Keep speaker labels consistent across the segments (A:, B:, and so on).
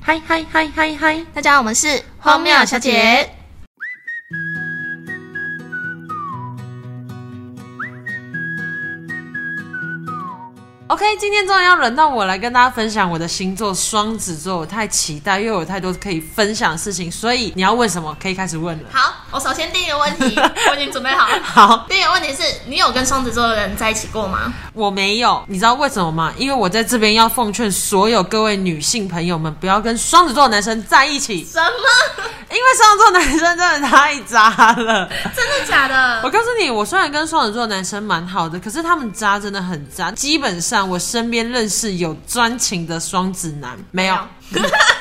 A: 嗨嗨嗨嗨嗨！
B: 大家好，我们是
A: 荒谬小姐。
C: OK，今天终于要轮到我来跟大家分享我的星座双子座，我太期待，因为我有太多可以分享的事情，所以你要问什么可以开始问 了。
B: 好，我首先第一个问 题，我已经准备好了。
C: 好，
B: 第一个问题是你有跟双子座的人在一起过吗？
C: 我没有，你知道为什么吗？因为我在这边要奉劝所有各位女性朋友们，不要跟双子座的男生在一起，因
B: 什么？
C: 为双子座男生真的太渣了。
B: 真的假的
C: 我？告诉你，我虽然跟双子座的男生蛮好的，可是他们渣真的很渣。基本上我身边认识有专情的双子男，没有。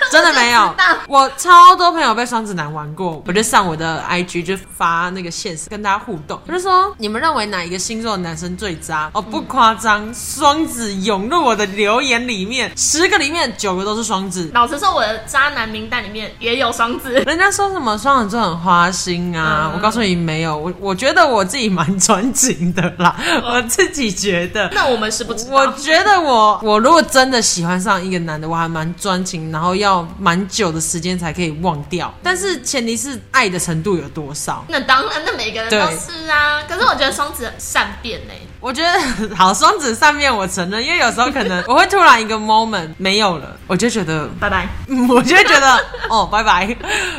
C: 真的没有
B: 我就知道，
C: 我超多朋友被双子男玩过，我就上我的 IG 就发那个现实跟大家互动，我就说你们认为哪一个星座的男生最渣？哦，不夸张，双子涌入我的留言里面，十个里面九个都是双子。
B: 老实说，我的渣男名单里面也有双子。
C: 人家说什么双子座很花心啊，
B: 嗯
C: 我告诉你没有，我我觉得我自己蛮专情的啦，
B: 哦
C: 我自己觉得。
B: 那我们是不知
C: 我
B: 道。
C: 觉得我我如果真的喜欢上一个男的，我还蛮专情，然后要蛮久的时间才可以忘掉。但是前提是爱的程度有多少。
B: 那当然，那每个人都是啊。可是我觉得双子很善变欸呢、
C: 我觉得好，双子上面我承认，因为有时候可能 我会突然一个 moment 没有了，我就觉得
B: 拜拜。
C: 嗯，我就会觉得哦，拜拜。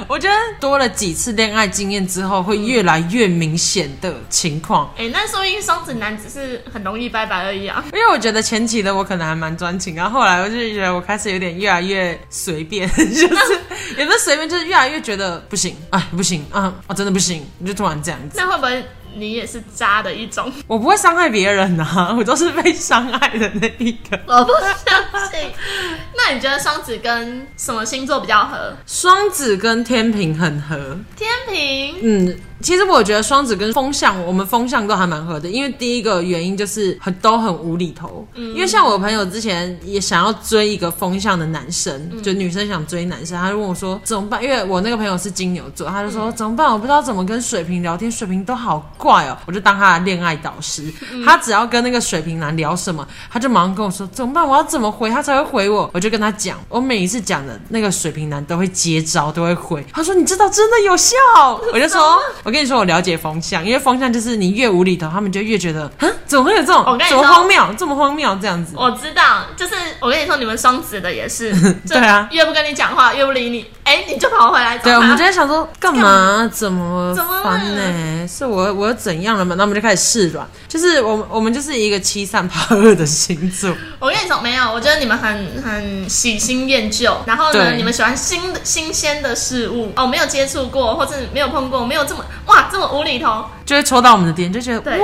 C: 我觉得多了几次恋爱经验之后，会越来越明显的情况。
B: 哎、那说不定双子男只是很容易拜拜而已啊。
C: 因为我觉得前期的我可能还蛮专情，然后后来我就觉得我开始有点越来越随便， 就是也不是随便，就是越来越觉得不行，哎，不行啊，我真的不行，你就突然这样子。
B: 那会不会你也是渣的一种？
C: 我不会伤害别人啊，我 都是被伤害的那一个。
B: 我不相信。 那你觉得双子跟什么星座比较合？
C: 双子跟天平很合，
B: 天平。
C: 嗯，其实我觉得双子跟风象，我们风象都还蛮合的，因为第一个原因就是很都很无厘头。因为像我朋友之前也想要追一个风象的男生，就女生想追男生，他就问我说怎么办？因为我那个朋友是金牛座，他就说、怎么办？我不知道怎么跟水瓶聊天，水瓶都好怪哦。我就当他的恋爱导师，他只要跟那个水瓶男聊什么，他就马上跟我说怎么办？我要怎么回他才会回我？我就跟他讲，我每一次讲的那个水瓶男都会接招，都会回。他说你知道真的有效， 我就说我跟你说我了解风向，因为风向就是你越无厘头，他们就越觉得啊怎么会有这种
B: 我跟你
C: 怎么
B: 说
C: 荒谬这么荒谬这样子。
B: 我知道，就是我跟你说，你们双子的也是， 就
C: 对啊
B: 越不跟你讲话，越不理你，哎、你就跑回来啊找
C: 对，啊
B: 他。
C: 我们就在想说干嘛？怎么
B: 怎么了
C: 烦呢、是我我又怎样了嘛？那我们就开始试软，就是我们我们就是一个欺善怕恶的星座。
B: 我跟你说，没有，我觉得你们很很喜新厌旧，然后呢，
C: 对
B: 你们喜欢新的新鲜的事物，哦，没有接触过，或者没有碰过，没有这么哇这么无厘头，
C: 就会戳到我们的点，就觉得
B: 对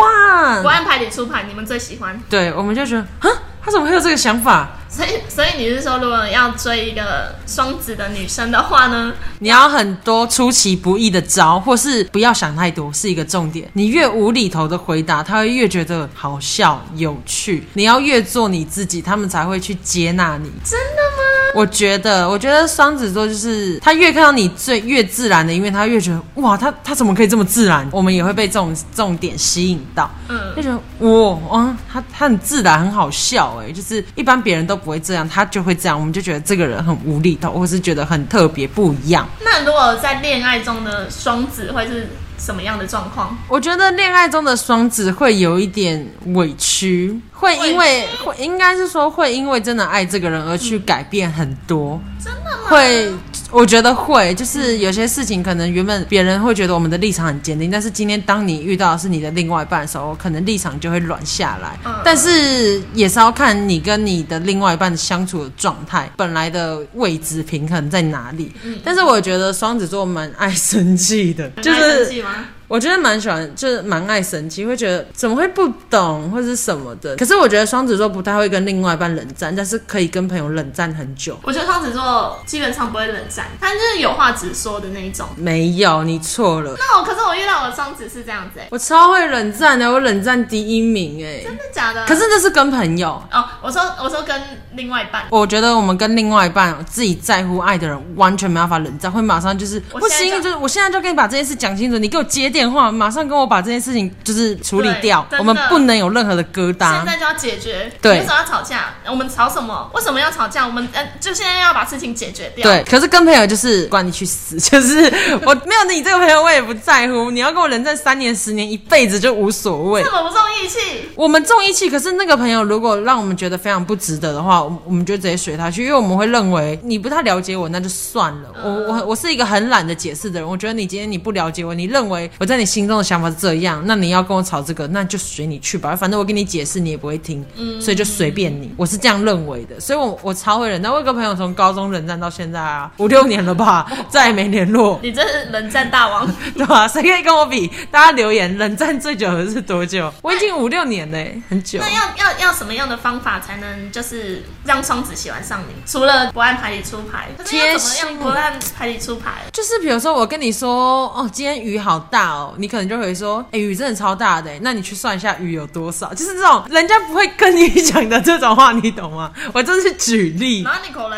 B: 不
C: 哇，
B: 按牌理出牌，你们最喜欢。
C: 对，我们就觉得啊，他怎么会有这个想法？
B: 所以，所以你是说，如果要追一个双子的女生的话呢，
C: 你要很多出其不意的招，或是不要想太多，是一个重点。你越无厘头的回答，他会越觉得好笑有趣。你要越做你自己，他们才会去接纳你。
B: 真的吗？
C: 我觉得，我觉得双子座就是他越看到你最越自然的一面，他越觉得哇，他他怎么可以这么自然？我们也会被这种这种点吸引到。
B: 嗯
C: 就觉得哇，啊，他他很自然，很好笑哎，就是一般别人都不会这样，他就会这样，我们就觉得这个人很无厘头，或是觉得很特别不一样。
B: 那如果在恋爱中的双子会是什么样的状况？
C: 我觉得恋爱中的双子会有一点委屈，会因为会应该是说会因为真的爱这个人而去改变很多，
B: 真的吗？
C: 会。我觉得会，就是有些事情可能原本别人会觉得我们的立场很坚定，但是今天当你遇到的是你的另外一半的时候，可能立场就会软下来。
B: 嗯
C: 但是也是要看你跟你的另外一半相处的状态，本来的位置平衡在哪里。
B: 嗯
C: 但是我觉得双子座蛮爱生气的，就
B: 很爱
C: 是
B: 生气吗？
C: 我觉得蛮喜欢，就是蛮爱生气，会觉得怎么会不懂或是什么的。可是我觉得双子座不太会跟另外一半冷战，但是可以跟朋友冷战很久。
B: 我觉得双子座基本上不会冷战，他就是有话直说的那一种。
C: 没有，你错了。
B: 那我可是我遇到我的双子是这样子、欸，
C: 我超会冷战的，我冷战第一名哎、
B: 真的假的？
C: 可是这是跟朋友，
B: 哦，我说我说跟另外一半，
C: 我觉得我们跟另外一半自己在乎爱的人完全没办法冷战，会马上就是
B: 我
C: 不
B: 现在
C: 行，
B: 就
C: 就是我现在就跟你把这件事讲清楚，你给我接电话，马上跟我把这件事情就是处理
B: 对
C: 掉
B: 真，的
C: 我们不能有任何的疙瘩
B: 现。在就要解决。
C: 啊对
B: 为什么要吵架？我们吵什么？为什么要吵架？我们呃，就现在要把事情解决掉。
C: 对，可是跟朋友就是管你去死， 就是我没有你这个朋友，我也不在乎。你要跟我冷战三年、十年、一辈子就无所谓
B: 这。么不重义气，
C: 我们重义气，可是那个朋友如果让我们觉得非常不值得的话，我们我们就直接随他去，因为我们会认为你不太了解我，那就算了。我我我是一个很懒得解释的人，我觉得你今天你不了解我，你认为我在你心中的想法是这样，那你要跟我吵这个，那就随你去吧，反正我跟你解释你也不会听，所以就随便你。我是这样认为的，所以我我超会忍耐。我有个朋友从高中冷战到现在啊，五六年了吧，再也没联络。
B: 你真是冷战大王。
C: 对吧、谁可以跟我比？大家留言，冷战最久的是多久？我已经五六年嘞、很久。
B: 那要要要什么样的方法才能就是让双子喜欢上你？除了不按牌理出牌，可是要怎么
C: 贴心
B: 样不按牌理出牌？
C: 就是比如说，我跟你说，哦，今天雨好大哦，你可能就会说，哎、雨真的超大的，那你去算一下雨有多少，就是这种人家不会跟你讲的这种话，你懂吗？我这是举例，
B: 然后你口 嘞，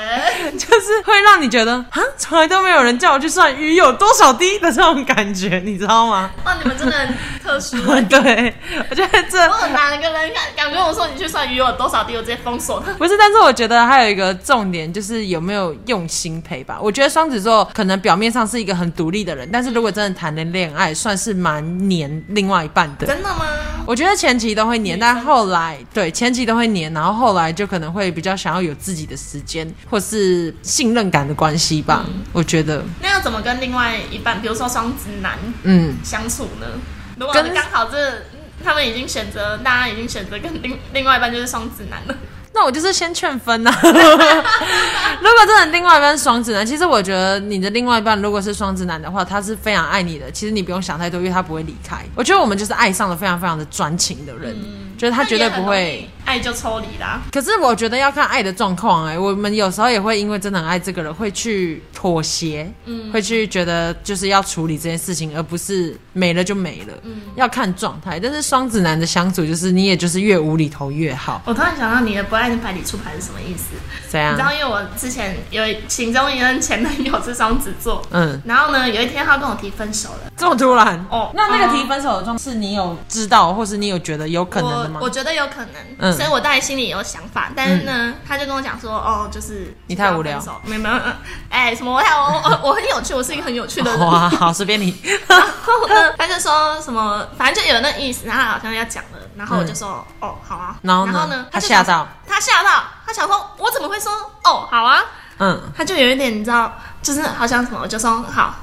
C: 就是会让你觉得， 啊，从来都没有人叫我去算雨有多少滴的这种感觉，你知道吗？。
B: 哇，你们真的很特殊
C: 对，我觉得这
B: 如果哪个人敢敢跟我说你去算鱼有多少滴，我直接封锁他。
C: 不是，但是我觉得还有一个重点就是有没有用心陪伴。我觉得双子座可能表面上是一个很独立的人，但是如果真的谈了恋爱，算是蛮黏另外一半的。
B: 真的吗？
C: 我觉得前期都会黏，
B: 女生
C: 但后来对前期都会黏，然后后来就可能会比较想要有自己的时间，或是信任感的关系吧。我觉得，
B: 那要怎么跟另外一半，比如说双子男
C: 嗯，
B: 相处呢？如果
C: 跟
B: 刚好这他们已经选择，大家已经选择跟另另外一半就是双子男了，
C: 那我就是先劝分呐、 啊。如果真的另外一半是双子男，其实我觉得你的另外一半如果是双子男的话，他是非常爱你的。其实你不用想太多，因为他不会离开。我觉得我们就是爱上了非常非常的专情的人，就是嗯他绝对不
B: 那你也
C: 会
B: 很容易爱就抽离啦。
C: 可是我觉得要看爱的状况哎，我们有时候也会因为真的很爱这个人，会去妥协，嗯，会去觉得就是要处理这件事情，而不是没了就没了，嗯，要看状态。但是双子男的相处就是你也就是越无厘头越好，
B: 我突然想到你的不按牌理出牌是什么意思？
C: 怎
B: 你知
C: 样？
B: 道，因为我之前有一其中一任前男友是双子座，
C: 嗯，
B: 然后呢，有一天他跟我提分手了。
C: 这么突然
B: 哦
C: 那那个提分手的状是你有知道，或是你有觉得有可能的吗
B: 我我？觉得有可能，
C: 嗯
B: 所以我大概心里有想法，但是呢，他就跟我讲说，哦，就是
C: 你太无聊
B: 就是要分手没没，嗯哎、什么我太我我我很有趣，我是一个很有趣的人。
C: 哇，哦好，随便你。
B: 然后呢，他就说什么，反正就有那意思，然后他好像要讲了，然后我就说，哦，好啊。
C: 嗯然后呢
B: 呢，
C: 他
B: 就
C: 吓
B: 想说
C: 到，
B: 他吓到，他想说，我怎么会说，哦，好啊？
C: 嗯
B: 他就有一点你知道，就是好像什么，我就说好，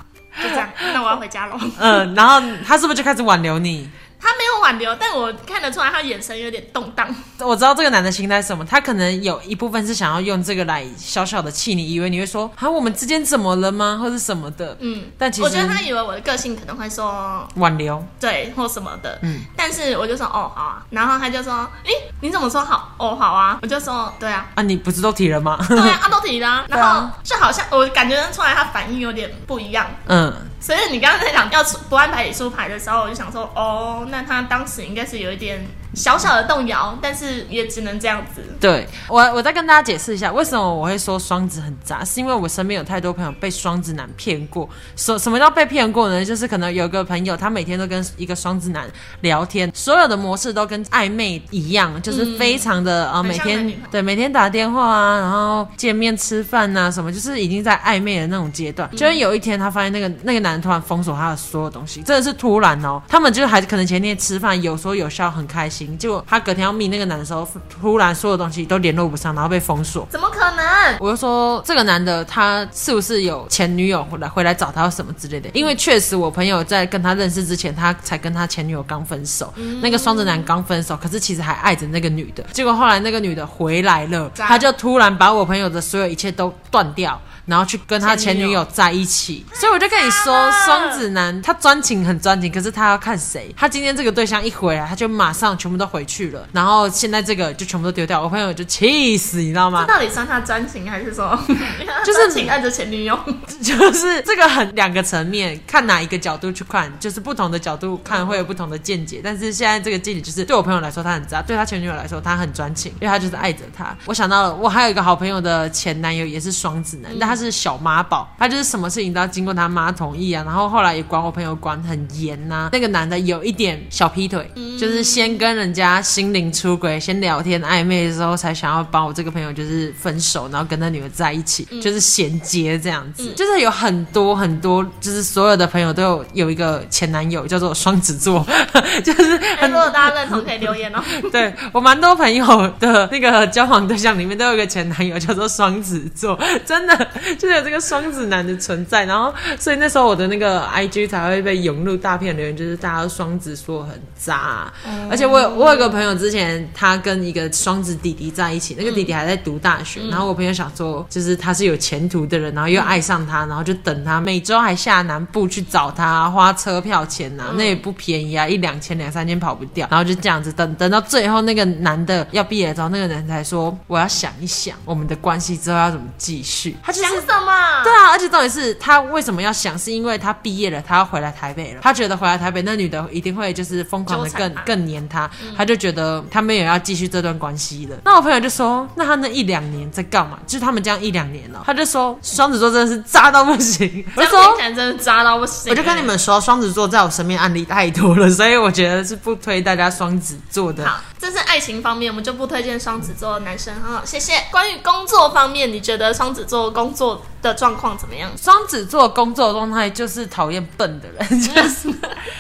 B: 就这样，那我要回家喽。
C: 嗯，然后他是不是就开始挽留你？
B: 他没有挽留，但我看得出来他眼神有点动荡。
C: 我知道这个男的心态是什么，他可能有一部分是想要用这个来小小的气你，以为你会说啊，我们之间怎么了吗，或是什么的，
B: 嗯，
C: 但其实
B: 我觉得他以为我的个性可能会说
C: 挽留，
B: 对或什么的，
C: 嗯，
B: 但是我就说哦好啊，然后他就说，诶，你怎么说好？哦好啊，我就说对 啊，
C: 啊，你不是都提了吗？
B: 对啊，阿都提啦、
C: 对
B: 然后
C: 啊
B: 就好像我感觉出来他反应有点不一样，
C: 嗯，
B: 所以你刚刚在讲要出不按牌理出牌的时候，我就想说哦，那他当时应该是有一点小小的动摇，但是也只能这样子。
C: 对我，我再跟大家解释一下，为什么我会说双子很渣，是因为我身边有太多朋友被双子男骗过。什什么叫被骗过呢？就是可能有个朋友，他每天都跟一个双子男聊天，所有的模式都跟暧昧一样，就是非常的啊、呃
B: 很
C: 每
B: 像男女
C: 天
B: 朋友
C: 对每天打电话啊，然后见面吃饭呐、什么，就是已经在暧昧的那种阶段。就是有一天，他发现那个那个男的突然封锁他的所有东西，真的是突然哦。他们就是还可能前天吃饭有说有笑，很开心，结果他隔天要密那个男的时候，突然所有东西都联络不上，然后被封锁。
B: 怎么可能？
C: 我就说这个男的他是不是有前女友回来回来找他什么之类的？因为确实我朋友在跟他认识之前，他才跟他前女友刚分手，那个双子男刚分手，可是其实还爱着那个女的。结果后来那个女的回来了，
B: 在
C: 他就突然把我朋友的所有一切都断掉。然后去跟他前
B: 前女友
C: 女友在一起，所以我就跟你说，双子男他专情很专情，可是他要看谁。他今天这个对象一回来，他就马上全全部都回去了，然后现在这个就全部都丢掉，我朋友就气死，你知道吗
B: 这？到底算他专情还是说，
C: 就是
B: 专情爱着前女友？
C: 就是这个很两个层面，看哪一个角度去看，就是不同的角度看会有不同的见解。但是现在这个见解就是对我朋友来说他很渣，对他前女友来说他很专情，因为他就是爱着她。我想到了，我还有一个好朋友的前男友也是双子男，但他是小妈宝，他就是什么事情都要经过他妈同意啊，然后后来也管我朋友管很严呐、那个男的有一点小劈腿，就是先跟人家心灵出轨，先聊天暧昧之后，才想要把我这个朋友就是分手，然后跟那女的在一起，就是衔接这样子，就是有很多很多，就是所有的朋友都有有一个前男友叫做双子座， 就是
B: 哎如果大家认同可以留言哦。
C: 对我蛮多朋友的那个交往对象里面都有一个前男友叫做双子座， 真的就是有这个双子男的存在。然后，所以那时候我的那个 IG 才会被涌入大片留言，就是大家都双子说我很渣、而且我有我有个朋友之前他跟一个双子弟弟在一起，那个弟弟还在读大学，然后我朋友想说就是他是有前途的人，然后又爱上他，然后就等他每周还下南部去找他，花车票钱呐、那也不便宜啊，一两千两三千跑不掉，然后就这样子等等到最后那个男的要毕业了之后，那个人才说我要想一想我们的关系之后要怎么继续， 他就是
B: 想什么？
C: 对啊，而且重点是他为什么要想，是因为他毕业了，他要回来台北了。他觉得回来台北，那女的一定会就是疯狂的
B: 纠缠
C: 更
B: 他嗯
C: 更黏他，他就觉得他没有要继续这段关系了。那我朋友就说，那他那一两年在干嘛？就是他们这样一两年哦了、他就说双子座真的是渣到不行。我
B: 这
C: 就
B: 样
C: 说
B: 听起来真的渣到不行。
C: 我就跟你们说，双子座在我身边案例太多了，所以我觉得是不推大家双子座的。
B: 好，这是爱情方面，我们就不推荐双子座的男生。好，谢谢。关于工作方面，你觉得双子座工作的状况怎么样？
C: 双子座工作状态就是讨厌笨的人，
B: 嗯
C: 就是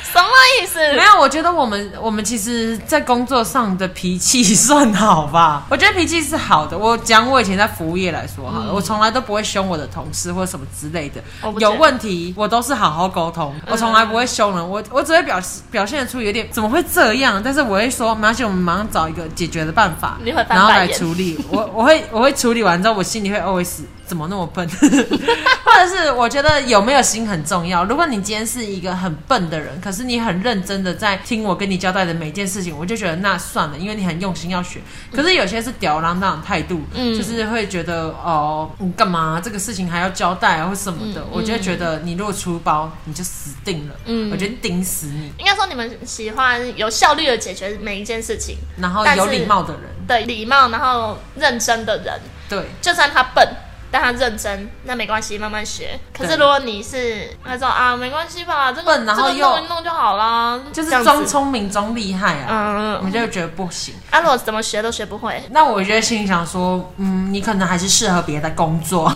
B: 什么意思？
C: 没有，我觉得我们我们其实，在工作上的脾气算好 吧。我觉得脾气是好的。我讲我以前在服务业来说好了，我从来都不会凶我的同事或什么之类的
B: 嗯我。不觉嗯
C: 有
B: 得
C: 问题我都是好好沟通，我从来不会凶人。我我只会表示表现得出有点怎么会这样，但是我会说没关系，我们马上找一个解决的办法，
B: 你会翻白眼
C: 然后来处理。我我会我会处理完之后，我心里会 always 怎么那么笨。 或者是我觉得有没有心很重要。如果你今天是一个很笨的人，可是你很认真的在听我跟你交代的每件事情，我就觉得那算了，因为你很用心要学。可是有些是吊儿郎当的态度，
B: 嗯
C: 就是会觉得哦，你干嘛这个事情还要交代啊或什么的，我就会觉得你如果出包，你就死定了，
B: 嗯
C: 我觉得顶死你，
B: 应该说你们喜欢有效率的解决每一件事情
C: 然后
B: 但是
C: 有礼貌的人，
B: 对，礼貌，然后认真的人，
C: 对。
B: 就算他笨。但他认真，那没关系，慢慢学。可是
C: 对
B: 如果你是那种啊，没关系吧，这个
C: 笨然后
B: 这个
C: 又
B: 弄一弄就好啦，
C: 就是
B: 这样子
C: 装。聪明装厉害啊，
B: 嗯，
C: 我就觉得不行。
B: 啊，如果怎么学都学不会，
C: 那我觉得心里想说，嗯，你可能还是适合别的工 作，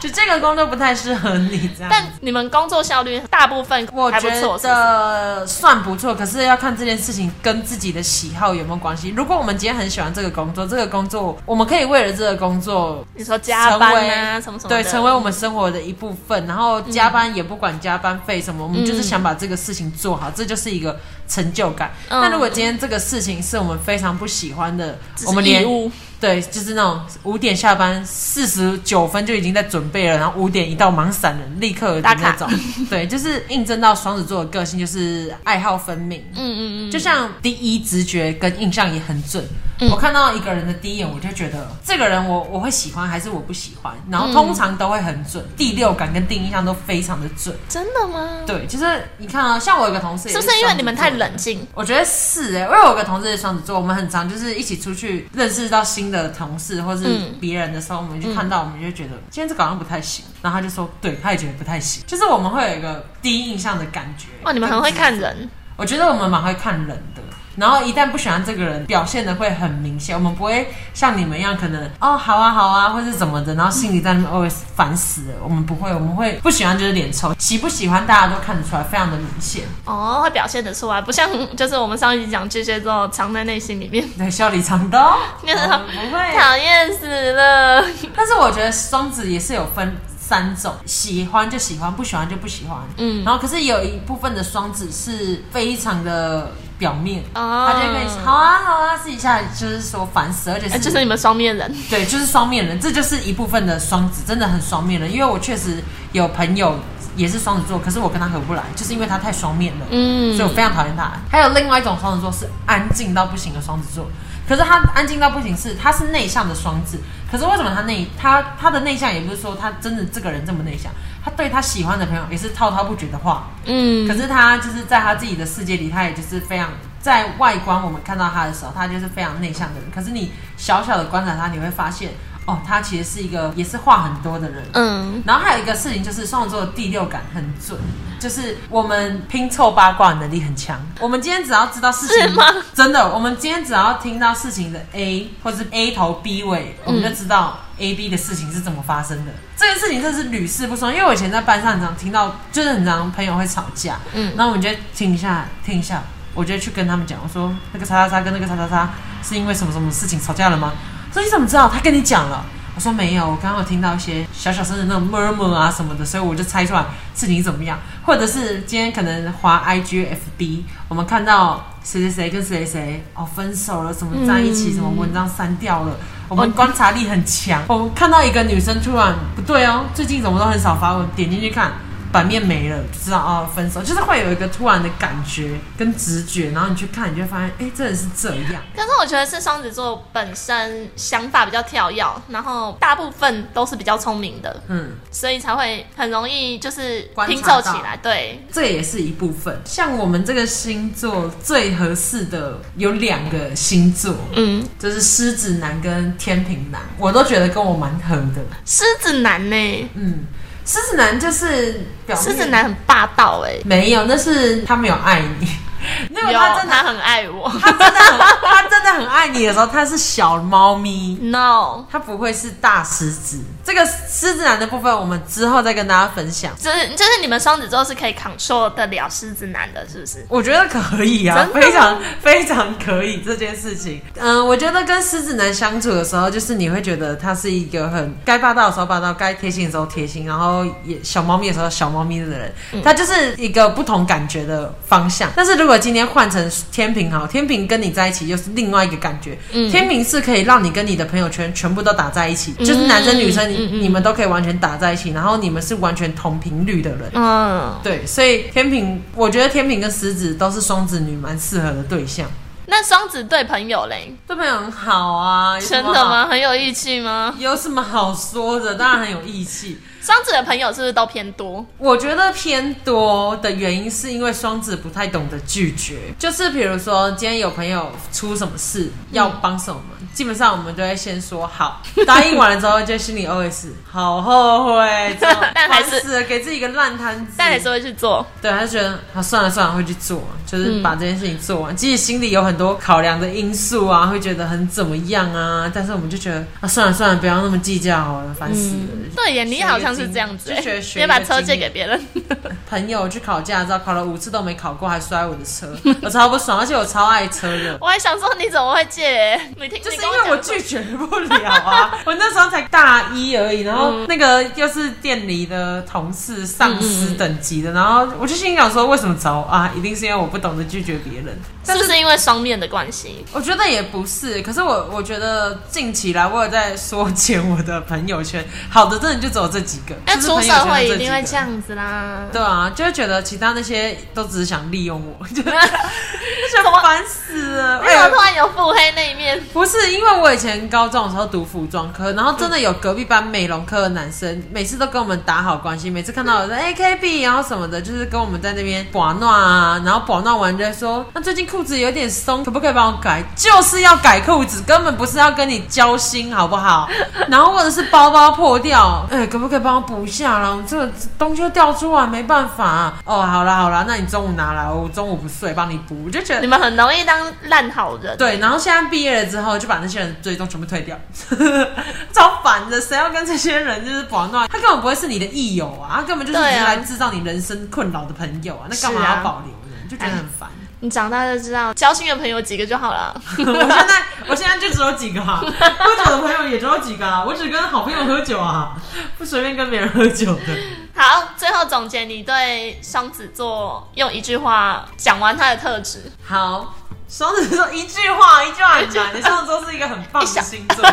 C: 就这个工作不太适合你这样。
B: 但你们工作效率大部分
C: 啊我
B: 还
C: 觉
B: 不错，是不是？
C: 得算不错，可是要看这件事情跟自己的喜好有没有关系。如果我们今天很喜欢这个工作，这个工作我们可以为了这个工作
B: 你说加班啊，什么什么的嗯
C: 对，成为我们生活的一部分。然后加班也不管加班费什么，我们就是想把这个事情做好，这就是一个成就感。
B: 嗯
C: 那如果今天这个事情是我们非常不喜欢的，
B: 只是
C: 我们
B: 义
C: 连
B: 务
C: 对，就是那种五点下班，四十九分就已经在准备了，然后五点一到忙散人，立刻
B: 打
C: 的
B: 卡
C: 那种。对，就是印证到双子座的个性，就是爱好分明。
B: 嗯嗯嗯，嗯
C: 就像第一直觉跟印象也很准。我看到一个人的第一眼，我就觉得这个人我我会喜欢还是我不喜欢，然后通常都会很准，
B: 嗯
C: 第六感跟第一印象都非常的准。
B: 真的吗？
C: 对，就是你看啊，像我有个同事
B: 嗯
C: 也
B: 是不是因为你们太
C: 双子座
B: 冷静？
C: 我觉得是哎、因为我有个同事是双子座，我们很常就是一起出去认识到新的同事或是
B: 嗯
C: 别人的时候，我们就看到，我们就觉得嗯今天这个好像不太行，然后他就说，对，他也觉得不太行，就是我们会有一个第一印象的感觉。
B: 哦，你们很会看人，
C: 我觉得我们蛮会看人的。然后一旦不喜欢这个人，表现的会很明显。我们不会像你们一样，可能哦好啊好啊，或是怎么的，然后心里在那边 always 烦死了。我们不会，我们会不喜欢就是脸臭，喜不喜欢大家都看得出来，非常的明显。
B: 哦，会表现得出来，不像就是我们上一集讲巨蟹座藏在内心里面，
C: 对，笑里藏刀， 我们不会。
B: 讨厌死了。
C: 但是我觉得双子也是有分三种，喜欢就喜欢，不喜欢就不喜欢。
B: 嗯
C: 嗯，然后可是有一部分的双子是非常的表面，
B: 哦
C: 他就会跟你说好啊好啊，私底下就是说烦死，而且
B: 哎
C: 是
B: 就是你们双面人，
C: 对，就是双面人，这就是一部分的双子，真的很双面人。因为我确实有朋友也是双子座，可是我跟他合不来，就是因为他太双面了。
D: 嗯
C: 所以我非常讨厌他。还有另外一种双子座是安静到不行的双子座，可是他安静到不行是他是内向的双子，可是为什么他内他他的内向也不是说他真的这个人这么内向，他对他喜欢的朋友也是滔滔不绝的话，
D: 嗯
C: 可是他就是在他自己的世界里，他也就是非常在外观我们看到他的时候，他就是非常内向的人。可是你小小的观察他，你会发现哦，他其实是一个也是话很多的人。
D: 嗯，
C: 然后还有一个事情就是双子座的第六感很准，就是我们拼凑八卦能力很强。我们今天只要知道事
D: 是
C: 情
D: 吗
C: 真的，我们今天只要听到事情的 A 或是 A 头 B 尾，
D: 嗯
C: 我们就知道 A B 的事情是怎么发生的。这件事情真的是屡试不爽，因为我以前在班上很常听到，就是很常朋友会吵架，嗯，然后我们就会停一下，停一下，我就会去跟他们讲，我说那个叉叉叉跟那个叉叉叉是因为什么什么事情吵架了吗？说你怎么知道？他跟你讲了。我说没有，我刚刚有听到一些小小声的那种 murmur 啊什么的，所以我就猜出来事情怎么样，或者是今天可能滑 IGFB，我们看到谁谁谁跟谁谁谁哦分手了，什么在一起，什么文章删掉了，我们观察力很强。我们看到一个女生突然不对哦，最近怎么都很少发文，点进去看。版面没了，就知道哦，分手就是会有一个突然的感觉跟直觉，然后你去看，你就会发现，哎，真的是这样。
B: 但是我觉得是双子座本身想法比较跳跃，然后大部分都是比较聪明的，
C: 嗯，
B: 所以才会很容易就是
C: 观察
B: 拼凑起
C: 到
B: 来。对，
C: 这也是一部分。像我们这个星座最合适的有两个星座，
B: 嗯，
C: 就是狮子男跟天平男，我都觉得跟我蛮合的。
B: 狮子男呢、
C: 嗯，狮子男就是表面
B: 狮子男很霸道哎、
C: 没有，那是他没有爱你， 那个
B: 有
C: 他真的
B: 他很爱 我
C: 他真的很他真的很爱你的时候，他是小猫咪。
B: ，no，
C: 他不会是大狮子，这个狮子男的部分，我们之后再跟大家分享。
B: 就是就是你们双子座是可以 control 得了狮子男的，是不是？
C: 我觉得可以啊，
B: 真的吗
C: 非常非常可以这件事情。嗯，我觉得跟狮子男相处的时候，就是你会觉得他是一个很该霸道的时候霸道，该贴心的时候贴心，然后也小猫咪的时候小猫咪的人，他就是一个不同感觉的方向。但是如果今天换成天平好，天平跟你在一起又是另外一个感觉。天平是可以让你跟你的朋友圈全部都打在一起，就是男生女生你、你们都可以完全打在一起，然后你们是完全同频率的人。
B: 嗯，
C: 对，所以天平，我觉得天平跟狮子都是双子女蛮适合的对象，
B: 那双子对朋友嘞，
C: 对朋友很好啊。有什
B: 真
C: 么
B: 的
C: 好？
B: 吗？很有义气吗？
C: 有什么好说的？当然很有义气。
B: 双子的朋友是不是都偏多？
C: 我觉得偏多的原因是因为双子不太懂得拒绝，就是比如说今天有朋友出什么事
B: 嗯
C: 要帮什么，基本上我们都会先说好，答应完了之后就心里 OS 好后悔， 这种
B: 但还是
C: 烦死了给自己一个烂摊子，
B: 但还是会去做。
C: 对，他就觉得啊，算了算了，会去做，
B: 嗯
C: 就是把这件事情做完。即使心里有很多考量的因素啊，会觉得很怎么样啊，但是我们就觉得啊，算了算了，不要那么计较好了，烦死了。
B: 对耶，你好像
C: 学一
B: 是
C: 个
B: 这样子
C: 经
B: 耶，
C: 就学学
B: 别把
C: 一个
B: 车借
C: 经
B: 给别人。
C: 朋友去考驾照，考了五次都没考过，还摔我的车， 我超不爽，而且我超爱车的。
B: 我还想说你怎么会借？你听，
C: 就是
B: 你
C: 因
B: 跟我
C: 为我
B: 讲
C: 拒绝不了啊！我那时候才大一而已，然
B: 嗯
C: 后那个又是店里的同事、上
B: 嗯
C: 司等级的，然后我就心里想说，为什么找我啊？一定是因为我不懂得拒绝别人。但
B: 是不是因为双面的关系？
C: 我觉得也不是，可是我我觉得近期来我有在缩减我的朋友圈，好的真的就只有这几个，
B: 那
C: 就是
B: 出
C: 朋友
B: 社
C: 圈就
B: 会
C: 这
B: 一
C: 几
B: 定会
C: 个
B: 这。样子啦。
C: 对啊，就会觉得其他那些都只是想利用我，就就觉得烦死了。哎
B: 为什么突然有腹黑那一面？
C: 不是，因为我以前高中的时候读服装科，然后真的有隔壁班美容科的男生，每次都跟我们打好关系，每次看到我说 A K B，然后什么的，就是跟我们在那边把闹啊，然后把闹完就会说，那最近裤子有点松，可不可以帮我改？就是要改裤子，根本不是要跟你交心，好不好？然后或者是包包破掉，哎、可不可以帮我补一下啦？我这个东西又掉出来，没办法、哦，好啦好啦，那你中午拿来，我中午不睡，帮你补。我就觉得
B: 你们很容易当烂好人。
C: 对，然后现在毕业了之后，就把那些人追踪全部退掉， 超烦的。谁要跟这些人就是玩闹？他根本不会是你的益友啊，他根本就是只
B: 对
C: 是
B: 啊
C: 来制造你人生困扰的朋友啊，那干嘛
B: 是啊
C: 要保留呢？就觉得很烦。
B: 你长大就知道，交心的朋友几个就好了。
C: 我现在我现在就只有几个、啊，喝酒的朋友也只有几个、啊，我只跟好朋友喝酒啊，不随便跟别人喝酒的。
B: 好，最后总结，你对双子座用一句话讲完他的特质。
C: 好，双子座一句话一句话很难，双子座是一个很棒
B: 哎
C: 的星座。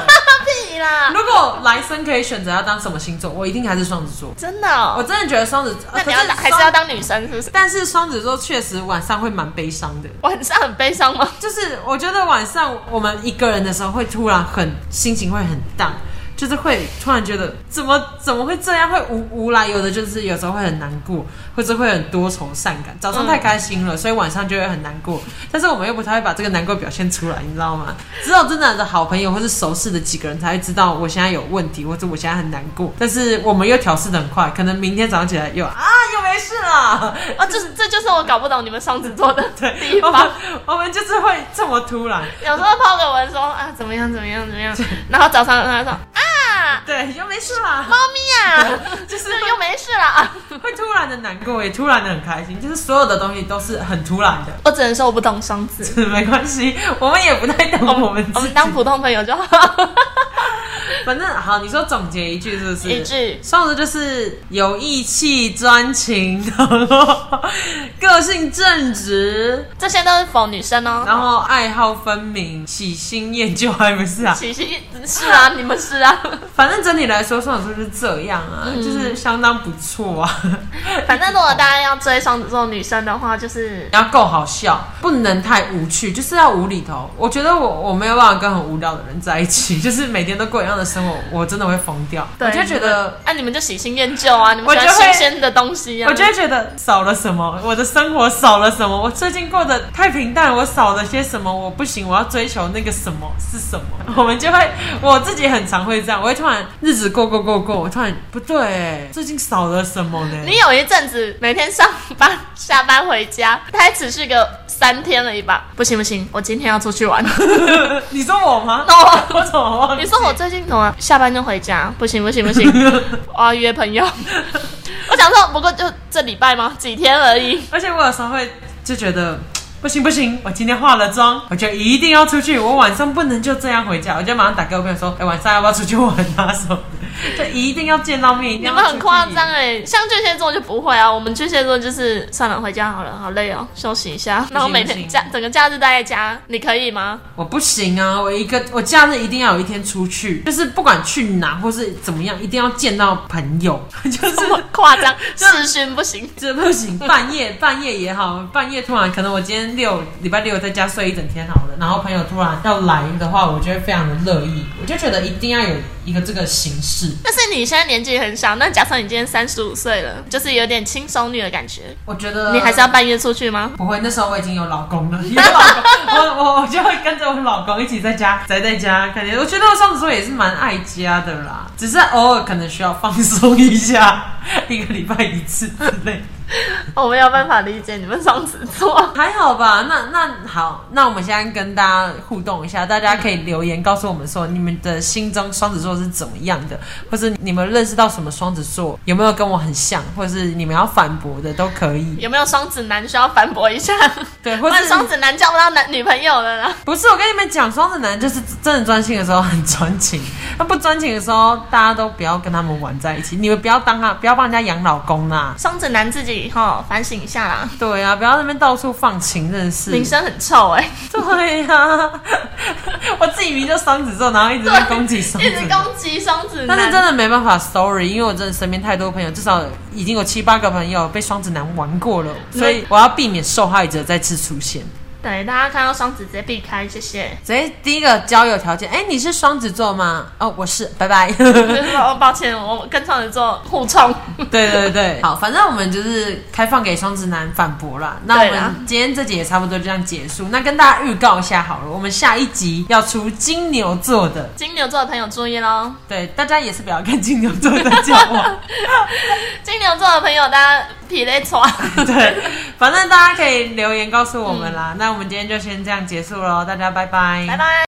B: 屁啦，
C: 如果来生可以选择要当什么星座，我一定还是双子座。
B: 真的哦、
C: 我真的觉得双子，呃
B: 那你
C: 可
B: 要
C: 是
B: 当还是
C: 双
B: 要当女生是不是？
C: 但是双子座确实晚上会蛮悲伤的，
B: 晚上很悲伤吗？
C: 就是我觉得晚上我们一个人的时候，会突然很心情会很淡，就是会突然觉得怎么怎么会这样，会无无来由的，就是有时候会很难过，或者会很多愁善感。早上太开心了，所以晚上就会很难过，但是我们又不太会把这个难过表现出来，你知道吗？只有真的的好朋友或是熟识的几个人才会知道我现在有问题，或者我现在很难过。但是我们又调试的很快，可能明天早上起来又啊又没事了。
B: 啊，就是这就是我搞不懂你们双子座 的地
C: 我们
B: 方。
C: 我们就是会这么突然，
B: 有时候抛给我们说啊，怎么样怎么样怎么样，然后早上他说啊，
C: 对，又没事啦，
B: 猫咪啊，
C: 就是
B: 这又没事了啊。
C: 会突然的难过，也突然的很开心，就是所有的东西都是很突然的，
B: 我只能说我不懂双子，
C: 没关系，我们也不太懂我们
B: 我
C: 自
B: 们
C: 己。
B: 当普通朋友就好。
C: 反正好，你说总结一句是不 是？
B: 一句
C: 双子就是有义气、专情，然后 个性正直，
B: 这些都是否女生哦。
C: 然后爱好分明、喜新厌旧，还不是啊？
B: 其实是 啊，你们是啊，
C: 反正整体来说，双子座就是这样啊，
B: 嗯
C: 就是相当不错啊。
B: 反正如果大家要追双子座女生的话，就是
C: 你要够好笑，不能太无趣，就是要无厘头。我觉得我我没有办法跟很无聊的人在一起， 就是每天都过一样的生活，我真的会疯掉。我
B: 对
C: 就觉得，
B: 啊，你们就喜新厌旧啊，你们
C: 我
B: 喜
C: 就会
B: 欢新鲜的东西啊。
C: 我就会觉得少了什么，我的生活少了什么，我最近过得太平淡，我少了些什么，我不行，我要追求那个什么是什么。 我们就会，我自己很常会这样，我会突然日子过过过过，我突然不对、最近少了什么呢？
B: 你有一阵子每天上班、下班回家，大概持续个三天了一吧。不行不行，我今天要出去玩。
C: 你说我吗？
B: 哦，
C: 我怎么忘 记？
B: 你说我最近怎么下班就回家？不行不行不行，我要约朋友。我想说，不过就这礼拜吗？几天而已。
C: 而且我有时候会就觉得。不行不行，我今天化了妆，我就一定要出去。我晚上不能就这样回家，我就马上打给我朋友说：“哎、晚上要不要出去玩啊？什么的？”就一定要见到面。一定
B: 你
C: 要
B: 们很
C: 出去
B: 夸张哎，像巨蟹座就不会啊，我们巨蟹座就是算了，回家好了，好累哦，休息一下。然后每
C: 不行
B: 天假整个假日待在家，你可以吗？
C: 我不行啊！我一个我假日一定要有一天出去，就是不管去哪或是怎么样，一定要见到朋友， 就是
B: 这么夸张，视讯不行。
C: 这不行，半夜半夜也好，半夜突然可能我今天六礼拜六在家睡一整天好了，然后朋友突然要来的话，我就会非常的乐意，我就觉得一定要有一个这个形式。
B: 但是你现在年纪很小，那假设你今天三十五岁了，就是有点轻熟女的感觉，
C: 我觉得
B: 你还是要半夜出去吗？
C: 不会，那时候我已经有老公了，有老公，我我我就会跟着我老公一起在家宅在家，感觉我觉得我双子座也是蛮爱家的啦，只是偶尔可能需要放松一下， 一个礼拜一次之类。
B: 哦我没有办法理解你们双子座。
C: 还好吧，那那好，那我们现在跟大家互动一下，大家可以
B: 嗯
C: 留言告诉我们说你们的心中双子座是怎么样的，或是你们认识到什么双子座，有没有跟我很像，或是你们要反驳的都可以。
B: 有没有双子男需要反驳一下？
C: 对，
B: 不
C: 或
B: 然
C: 是
B: 双子男交不到男女朋友了啦。
C: 不是，我跟你们讲，双子男就是真的专心的时候很专情，那不专情的时候，大家都不要跟他们玩在一起。你们不要当他，不要帮人家养老公啦。
B: 双子男自己哈、反省一下啦，
C: 对啊，不要在那边到处放情，真的是。
B: 名声很臭 哎、
C: 对啊， 我自己明明就双子座，然后一直在攻击双
B: 一
C: 子
B: 直
C: 座。
B: 攻击双子男，
C: 但是真的没办法，sorry，因为我真的身边太多朋友，至少已经有七八个朋友被双子男玩过了，所以我要避免受害者再次出现。
B: 对大家看到双子直接避开，谢谢。
C: 所以第一个交友条件，哎、你是双子座吗？哦，我是，拜 拜。
B: 就是说哦，抱歉，我跟双子座互 冲。
C: 对对对，好，反正我们就是开放给双子男反驳啦。那我
B: 对啦
C: 们今天这集也差不多就这样结束。那跟大家预告一下好了，我们下一集要出金牛座的，
B: 金牛座的朋友注意喽，
C: 对，大家也是不要跟金牛座的交往。
B: 金牛座的朋友大家疲累 床，
C: 对，反正大家可以留言告诉我们啦。那我们今天就先这样结束喽，大家拜拜，
B: 拜拜。